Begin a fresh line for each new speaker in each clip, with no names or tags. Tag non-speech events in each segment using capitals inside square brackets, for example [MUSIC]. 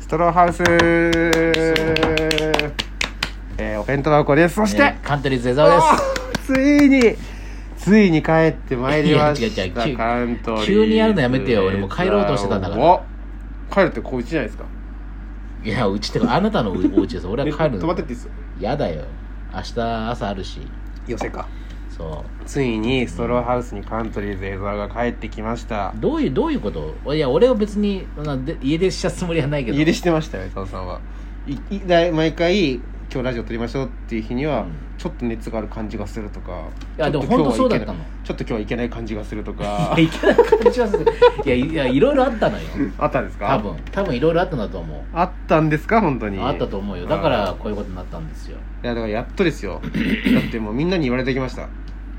ストローハウスえー、お弁当箱ですそして、
えーカントリーズ江澤です
おーついについに帰ってまいりま
いや違う
し
違う
た
急
カントリーズ
急にやるのやめてよ俺もう帰ろうとしてたんだから
お帰るってこうちじゃないですか
いやうちってかあなたのおお家です俺は帰る
泊ま
の
ってっていいっすよ
やだよ明日朝あるし
寄せか
そ
ついにストローハウスにカントリーズ江沢が帰ってきました
うどういうどういうこといや俺は別にそんなで家出したつもりはないけど
家出してましたよ江沢さんはいいだい毎回今日ラジオ撮りましょうっていう日には、
うん
ちょっと熱がある感じがするとか
いや
ちょっと今日はいけ
でも本当そう
な
だったの
ちょっと今日はいけない感じがすると
い
か
やいけない感 [LAUGHS] じはするいやいやいろいろあったのよ
あったんですか
多分多分いろいろあったんだと思う
あったんですか本当に
あったと思うよだか
あ
ら
ー
こういうことになったんですよ
いやだからやっとですよだってもうみんなに言われてきました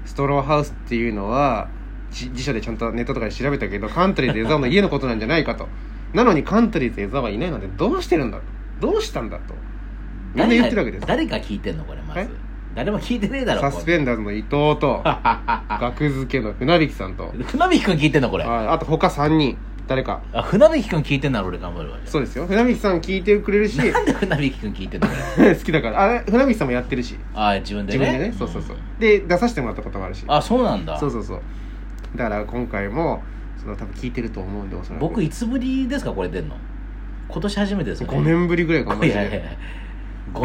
ストローハウスっていうのはじ辞書でちゃんとネットとかで調べたけどカントリーズ江沢の家のことなんじゃないかと [LAUGHS] なのにカントリーズ江沢はいないなんてどうしてるんだどうしたんだとみんな言ってるわけです
誰が誰が聞いてんのこれま
え
ず誰も聞いてねえだろ
サスペ
ン
ンダーズの伊藤と学付けの船引さんと
[LAUGHS] 船引くん聞いてんのこれ
ああと他3人誰か
あ船引くん聞いてんなら俺頑張るわじゃ
そうですよ船引さん聞いてくれるし [LAUGHS]
あなんで船引くん聞いてんのこれ
好きだからあれ船引さんもやってるし
あ自分で
自
ね
分でねそうそうそうで出させてもらったこともあるし
あそうなんだ
そうそうそうだから今回もその多分聞いてると思うんでおそらく
僕いつぶりですかこれ出んの今年初めてですよね
5年ぶりぐらいかも
い
しれ
や
ない
やい
い
や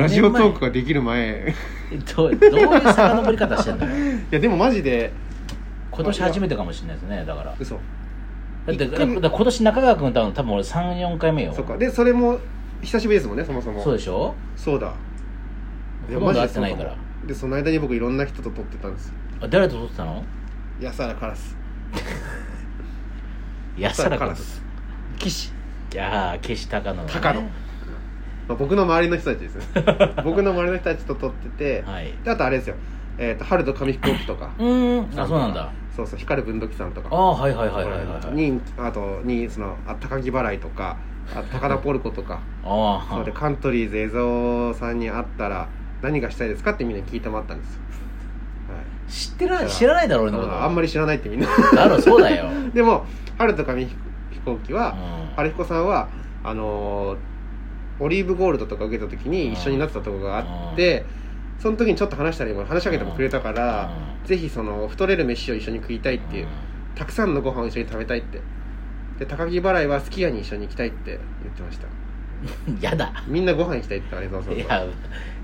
ラジオトーク
が
ができる前 [LAUGHS]
どうどういう遡り方してんのよ
いやでもマジで
今年初めてかもしれないですねだから
嘘
だって
一
だ
回も
から今年中川君多分多分俺34回目よ
そっかでそれも久しぶりですもんねそもそも
そうでしょ
そうだいや
ほとんど
マ
会
ジ
っ
でそ
て
う
ない
も
から
でその間に僕いろんな人と撮ってたんですよ
あ誰と撮ってたの
安原カラス
安らかと
岸
いやー岸高野のね
高野、まあ、僕の周りの人たちです
[LAUGHS]
ね僕の周りの人たちと撮ってて、
はい
であとあれですよえっ、と春と紙飛行機とか
うーんあそうなんだ
そうそう光文土器さんとか
ああはいはいはいはいはいはい
にあとにそのあ高木払いとかあ高田ポルコと
[LAUGHS]
か
あ
それで
あ
カントリーズ江蔵さんに会ったら何がしたいですかってみんなに聞いてもらったんですよ、はい
知ってる知らないだろ俺のこと
あんまり知らないってみんな [LAUGHS]
だろそうだよ、うん、
でも春と紙飛行機は春彦さんはあのーオリーブゴールドとか受けた時に一緒になってたとこがあってその時にちょっと話したら今話しかけてもくれたからぜひその太れる飯を一緒に食いたいっていうたくさんのご飯を一緒に食べたいってで高木払いはすき家に一緒に行きたいって言ってました
うんやだ
みんなご飯行きたいって言ったら江
い
蔵さん
や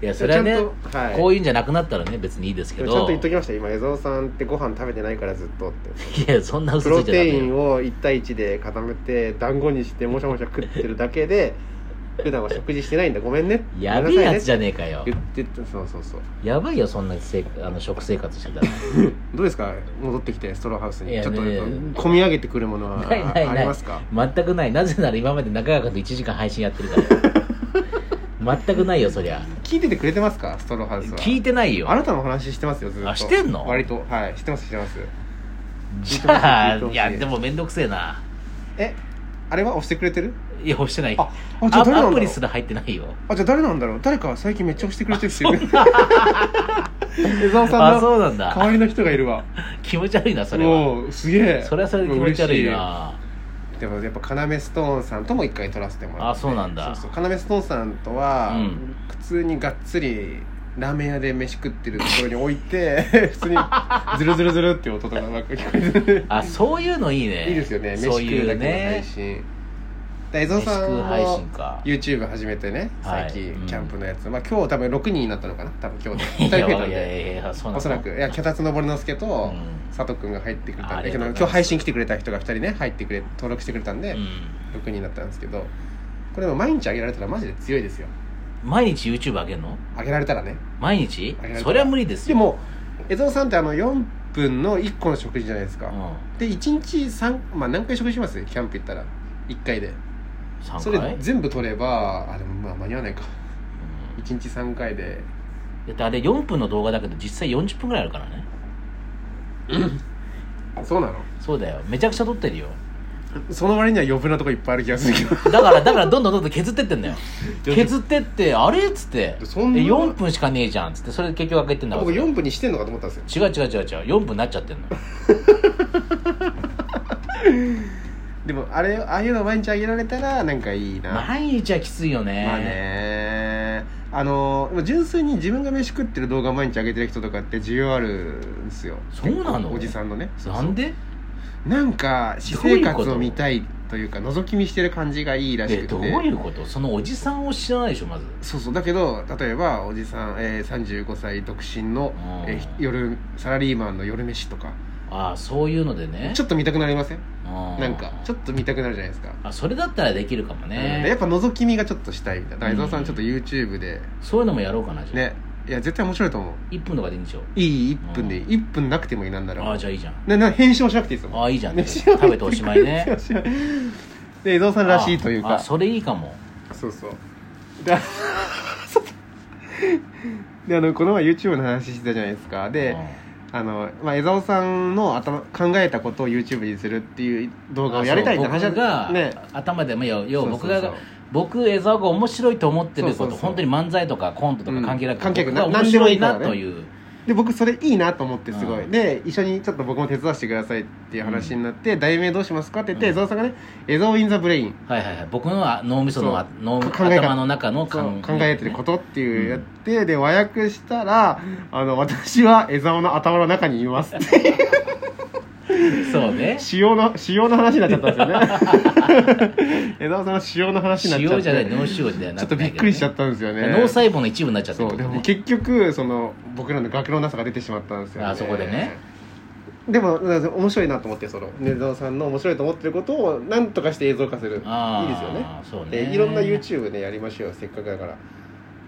いやそれはね
ちゃんとはい
こういうんじゃなくなったらね別にいいですけ
で
ど
もちゃんと言っときました今江蔵さんってご飯食べてないからずっとって
いやそんな
プ
嘘つ
ロ
いちゃダ
テイ
メ
ン
よ
を1対1で固めて団子にしてもしゃもしゃ食ってるだけ
[LAUGHS]
で普段は食事してないんだごめんね
やべえやつじ
ゃ
ゃねえかよ
言ってたそうそうそう
やばいよそんなせいあの食生活してたら
どうですか戻ってきてストローハウスに
いや
ちょっと
ね
込み上げてくるもの [LAUGHS] はあ
ないないない
ありますか
全くないなぜなら今まで中川君と1時間配信やっ
[LAUGHS]
てるからよ全くないよそりゃ
聞いててくれてますかストローハウスは
聞いてないよ
あなたのお話してますよずっと
あしてんの
割とはいしてますしてます
じゃあ
聞いてほしい聞いてほしい
いやでも面倒くせえな
えあれは押してくれてる
いや押してない
ああじゃあ誰なんだろ
ア
う
プリすら入ってないよ
あじゃあ誰なんだろう誰か最近めっちゃ押してくれてる人
[LAUGHS]
いる江沢さ
あ
んの
そうなん
代わ
だ
りの人がいるわ
気持ち悪いなそれは
おおすげえ
それはそれで気持ち悪いな
嬉しいでもやっぱ要ストーンさんとも一回撮らせてもら
あ
って
そうなんだ
そうそう要ストーンさんとは、
うん
普通にがっつりラーメン屋で飯食ってるところに置いて普通にズルズルズルっていう音とかなんか聞こえてる
あそういうのいいね
いいですよね。飯
そう
食
いうう
だけの
ね
配信。だ江蔵
飯
さん
食う配
も
信か
YouTube 始めてね、
はい
最近、
うん
キャンプのやつ。まあ今日多分6人になったのかな多分今日で。2
い
人
や
増えたん
いや
で。
いやいやそうなの
おそらく、いや、脚立のぼりのすけと、
うん
佐藤くんが入ってくれた
あ
ん
り
で、
がと
今
うございます
日配信来てくれた人が2人ね、入ってくれ、登録してくれたんで、
うん
6人になったんですけど、これでも毎日あげられたらマジで強いですよ。
毎日 YouTube 上げるの
あげられたらね。
毎日
あげられた
そりゃ無理です
で
よ
も、江蔵さんってあの4分の1個の食事じゃないですか。
う
で、1日3、まあ何回食事しますキャンプ行ったら。1回で。
ん3回
それ全部取ればあでもまあ間に合わないか1日3回で
だってあれ4分の動画だけど実際40分ぐらいあるからね
そうなの
そうだよめちゃくちゃ撮ってるよ
その割には余分なとこいっぱいある気がするけど
だからだからどんどんどんどん削ってってんだよ削ってってあれっつって
そんな
え4分しかねえじゃんっつってそれで結局上げてんだから
僕4分にしてんのかと思ったんですよ
違う違う違う違う4分になっちゃってんの
でもあれああいうの毎日あげられたらなんかいいな、まあ、
毎日はきついよね,、
ねあのでも純粋に自分が飯食ってる動画毎日あげてる人とかって需要あるんですよ
そうなの
おじさんのね
なんで
なんか私生活を見たいというか覗き見してる感じがいいらしく
え
て
どういうことそのおじさんを知らないでしょまず
そうそうだけど例えばおじさん、えー、35歳独身の、
うん
えー夜サラリーマンの夜飯とか
ああそういうのでね
ちょっと見たくなりません
な
なんかちょっと見たくなるじゃないですか、
あそれだったらできるかも
うんやっ
ね
ぱ覗き見がちょっとしたいみたいな
うん
伊沢さんちょっと YouTube で
そういうのもやろうかなじゃあ、
ねいや絶対面白いと思う
1分とかでいいんでしょ
いい1分でいい1分なくてもいいなんな
あ
ら
あじゃあいいじゃん
なな編集もしなくていいですもん
ああいいじゃん、
ね
食べておしまい
編
ね
集もしなくていいで伊沢さんらしいという
あ
か
あそれいいかも
そうそうであであのこの前 YouTube の話してたじゃないですかであの、まあ、江澤さんの頭考えたことを YouTube にするっていう動画をやりたいって話だ
だ
った
が、
ね
頭でも要要
そ
は
う
僕
そうそう
が僕江沢が面白いと思ってること
そうそうそう
本当に漫才とかコントとか関係なく、
うん関係なく
僕が面
何でも
白
いい
い
から
な
ね
という、
で僕それいいなと思ってすごい、
うん
で一緒にちょっと僕も手伝わせてくださいっていう話になって、題名どうしますかって言って、
うん
江澤さんがね「江澤インザブレイン
はいはいはい僕のは脳みそのあ
そ
脳
か考え方
頭の中」の
そ
考
う
え
考えてることっていうやって、で和訳したら「あの私は江澤の頭の中にいます」
[LAUGHS]
って
そうね
塩の塩の話になっちゃ [LAUGHS] っ
[LAUGHS]
たんですよね江澤さんの塩の話になっちゃって
塩じゃない脳塩じゃない
ちょっとびっくりしちゃ
っ
ったんですよね
脳細胞の一部になっちゃってる
そ
っ
うで
てことね
も結局その僕らの額のなさが出てしまったんですよ、ね、
あそこでね
でもだから面白いなと思ってその根沢さんの面白いと思ってることをなんとかして映像化するいいです
あー
よね
そうね
でいろんな YouTube ねやりましょうよせっかくだから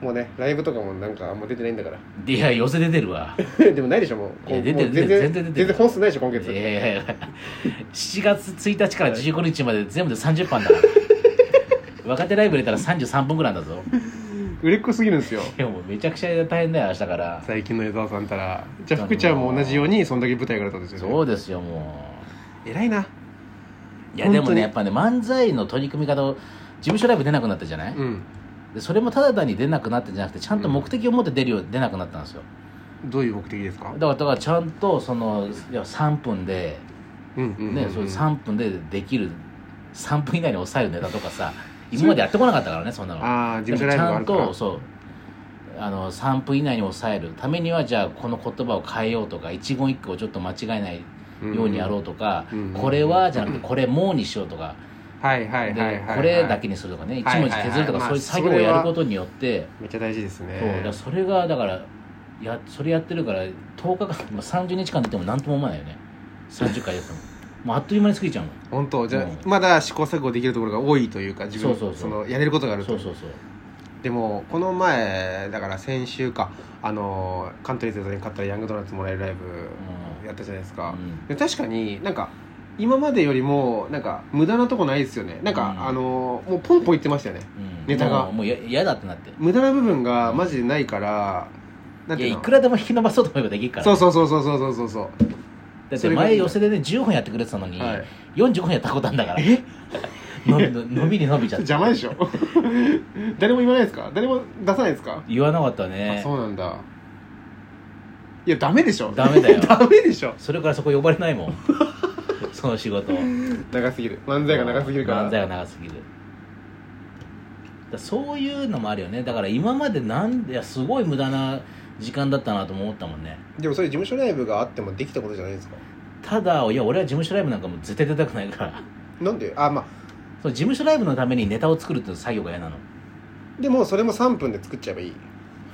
もうねライブとかもなんかあんま出てないんだから [LAUGHS]
いや寄せ出てるわ
でもないでしょもう
いや
こう
出てる
もう
出て
全
る
然
全然出てる
本数ないでしょ今
いや
月
いやいや7月1日から15日まで全部で30分だから [LAUGHS] 若手ライブ入れたら33分ぐらいなんだぞ
売れっ子すぎるんですよ
いやもうめちゃくちゃ大変だよ明日から
最近の江沢さんたらじゃあ福ちゃんも同じようにそんだけ舞台があるってことですよね
そうですよも
偉いな
ういやで
本
も
当に
ねやっぱね漫才の取り組み方を事務所ライブ出なくなったじゃない、
うん
でそれもただ単に出なくなったんじゃなくてちゃんと目的を持って出るよう出なくなったんですよ
どういう目的ですか
だからだからちゃんとそのいや3分で
うんうんうん
ね、そう3分でできる3分以内に抑えるネタとかさ今までやってこなかったからねそんなの
ああ事務所ライブ
でも
があるから
ちゃんとそうあの3分以内に抑えるためにはじゃあこの言葉を変えようとか一言一句をちょっと間違えないようにやろうとか、
うんうん
これはじゃなくてこれもうにしようとか、
はいはいはいはい
で
はい
これだけにするとかね一
はい
文
はい
字
はい
削るとか、
まあ
そういう作業をやることによって
めっちゃ大事ですね
そうだからそれがだからやそれやってるから10日間、まあ、30日間出ても何とも思わないよね30回
[LAUGHS]
やってももうあっという間に過ぎちゃうもん
本当じゃあ、
うん
まだ試行錯誤できるところが多いというか自分
そうそうそう
のやれることがあると
そうそうそう
でもこの前だから先週かあのカントリーゼロに勝ったらヤングドーナツもらえるライブやったじゃないですか、
う
で
ん
確かになんか今までよりもなんか無駄なとこないですよねなんか、
うん
あのもうポンポンいってましたよね
うん
ネタが
もうもうや嫌だってなって
無駄な部分がマジでないからなん
い
てい
や
う
い
の
くらでも引き伸ばそうと思えばできるから
そうそうそうそうそうそうそう
だっ
そ
て
れがいい
前
よ
寄せでね10本やってくれてたのに、
はい
45本やったことあるんだから
え
伸び伸びに伸びちゃっ
[LAUGHS]
て
邪魔でしょ誰も言わないですか誰も出さないですか
言わなかった
あ
ね
そうなんだいやダメでしょ
ダメだ
[LAUGHS]
よ
ダメでしょ
それからそこ呼ばれないも
[LAUGHS]
んその仕事
長すぎる漫才が長すぎるから
漫才が長すぎるだからそういうのもあるよねだから今までなんでいやすごい無駄な時間だったなとも思ったもんね
でもそれ事務所ライブがあってもできたことじゃないですか
ただいや俺は事務所ライブなんかもう絶対出たくないから [LAUGHS]
なんであまあ
その事務所ライブのためにネタを作るっていう作業が嫌なの
でもそれも3分で作っちゃえばいい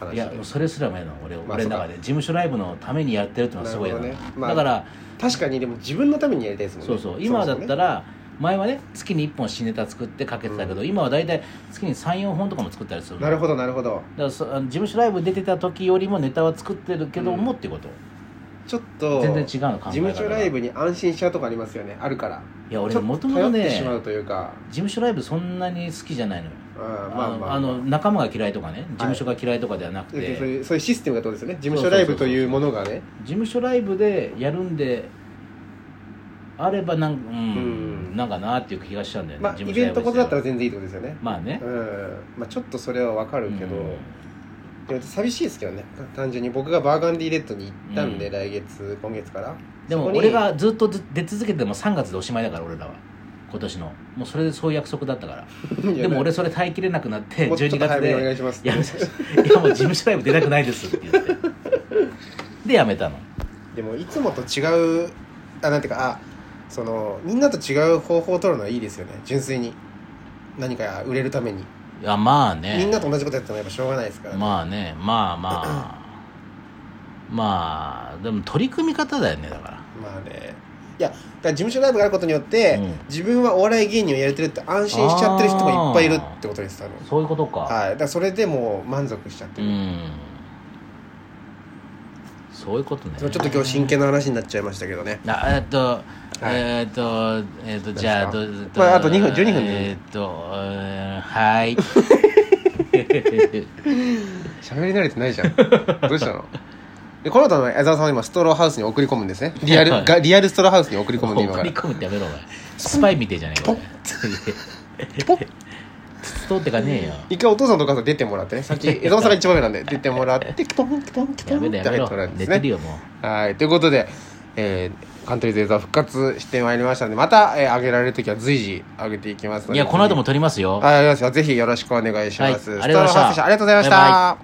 話
いやもうそれすらも嫌なの俺,、
まあ
俺の中で事務所ライブのためにやってるっていうのはすごい嫌なの
なるほどねまあ
だから
確かにでも自分のためにやりたいですもんね
そうそう今だっ
ら
たら前はね月に1本新ネタ作ってかけてたけど、今は大体月に34本とかも作ったりするの
なるほどなるほど
だからそあの事務所ライブ出てた時よりもネタは作ってるけども、
う
ってこと
ちょっと
全然違うの
事
考え方が
務所ライブに安心しちゃうとこありますよねあるから
いや俺
ちょっ
も
と
ともと
頼っ
ね
てしまう
事
というか
務所ライブそんなに好きじゃないのよ
うんまあ
あの
まあ
あの仲間が嫌いとかね事務所が嫌いとかではなく
そう
て、
いうそういうシステムがどうですよね事務所ライブというものがね
事務所ライブでやるんであればなん,、うん
うん
なんかなっていう気がしちゃうんだよね、
まあ
事
イ
務所
ベ
ラ
ン
ブ
トことだったら全然いいってことですよね
まあね
うんまあちょっとそれはわかるけど、
うん
でも寂しいですけどね単純に僕がバーガンディレッドに行ったんで、
うん
来月今月から
でも
そこに
俺がずっとず出続けても3月でおしまいだから俺らは今年のもうそれでそういう約束だったから
いや
でも俺それ耐えきれなくなって
もうちょっと
12月
早めにお願
で
いします
やめさせていやもう事務所ライブ出たくないですって言ってでやめたの
でもいつもと違うあなんていうかあそのみんなと違う方法を取るのはいいですよね純粋に何か売れるために、
いやまあ
みんな
ね
と同じことやってもやっぱしょうがないですから、ね
まあねまあまあまあでも取り組み方だよねだか
まあねいやだから事務所ライブがあることによって、
うん
自分はお笑い芸人をやれてるって安心しちゃってる人もいっぱいいるってことです多分
らそういうことか、
はいだからそれでもう満足しちゃって
う
る、
んそういうことね
それちょっと今日真剣な話になっちゃいましたけどね
あえっと、
い
えっとえっとじゃあ
ど
ど
うですか
ど
まああと2分12分で
えっとうんはい
[LAUGHS] [LAUGHS] 喋り慣れてないじゃん [LAUGHS] どうしたのでこの後の江澤さんは今ストローハウスに送り込むんですねリアル、
はい
がリアルストローハウスに送り込むんで今か
送り
ら
込むってやめろお前スパイみてえじゃねえかお前
ポッ
[LAUGHS] つとってかねえよ
一回お父さんとお母さん出てもらってねさっき江澤さんが一番上なんで出てもらってキトンキトンキト
や
ン
め
っ
ろ
て
や
入っ
め
てもら
ろ
うんで
寝
す
て
ね
るよも
はい、ということで、えー、カントリーズ映像復活してまいりましたので、また、えー上げられるときは随時上げていきますの
う
で。
いやこの後
も。
も撮りますよ
はい、ありがとうございます。ぜひよろしくお願いします。
はいありがとうございま
ス
した
トローハウスでありがとうございました。
バイバ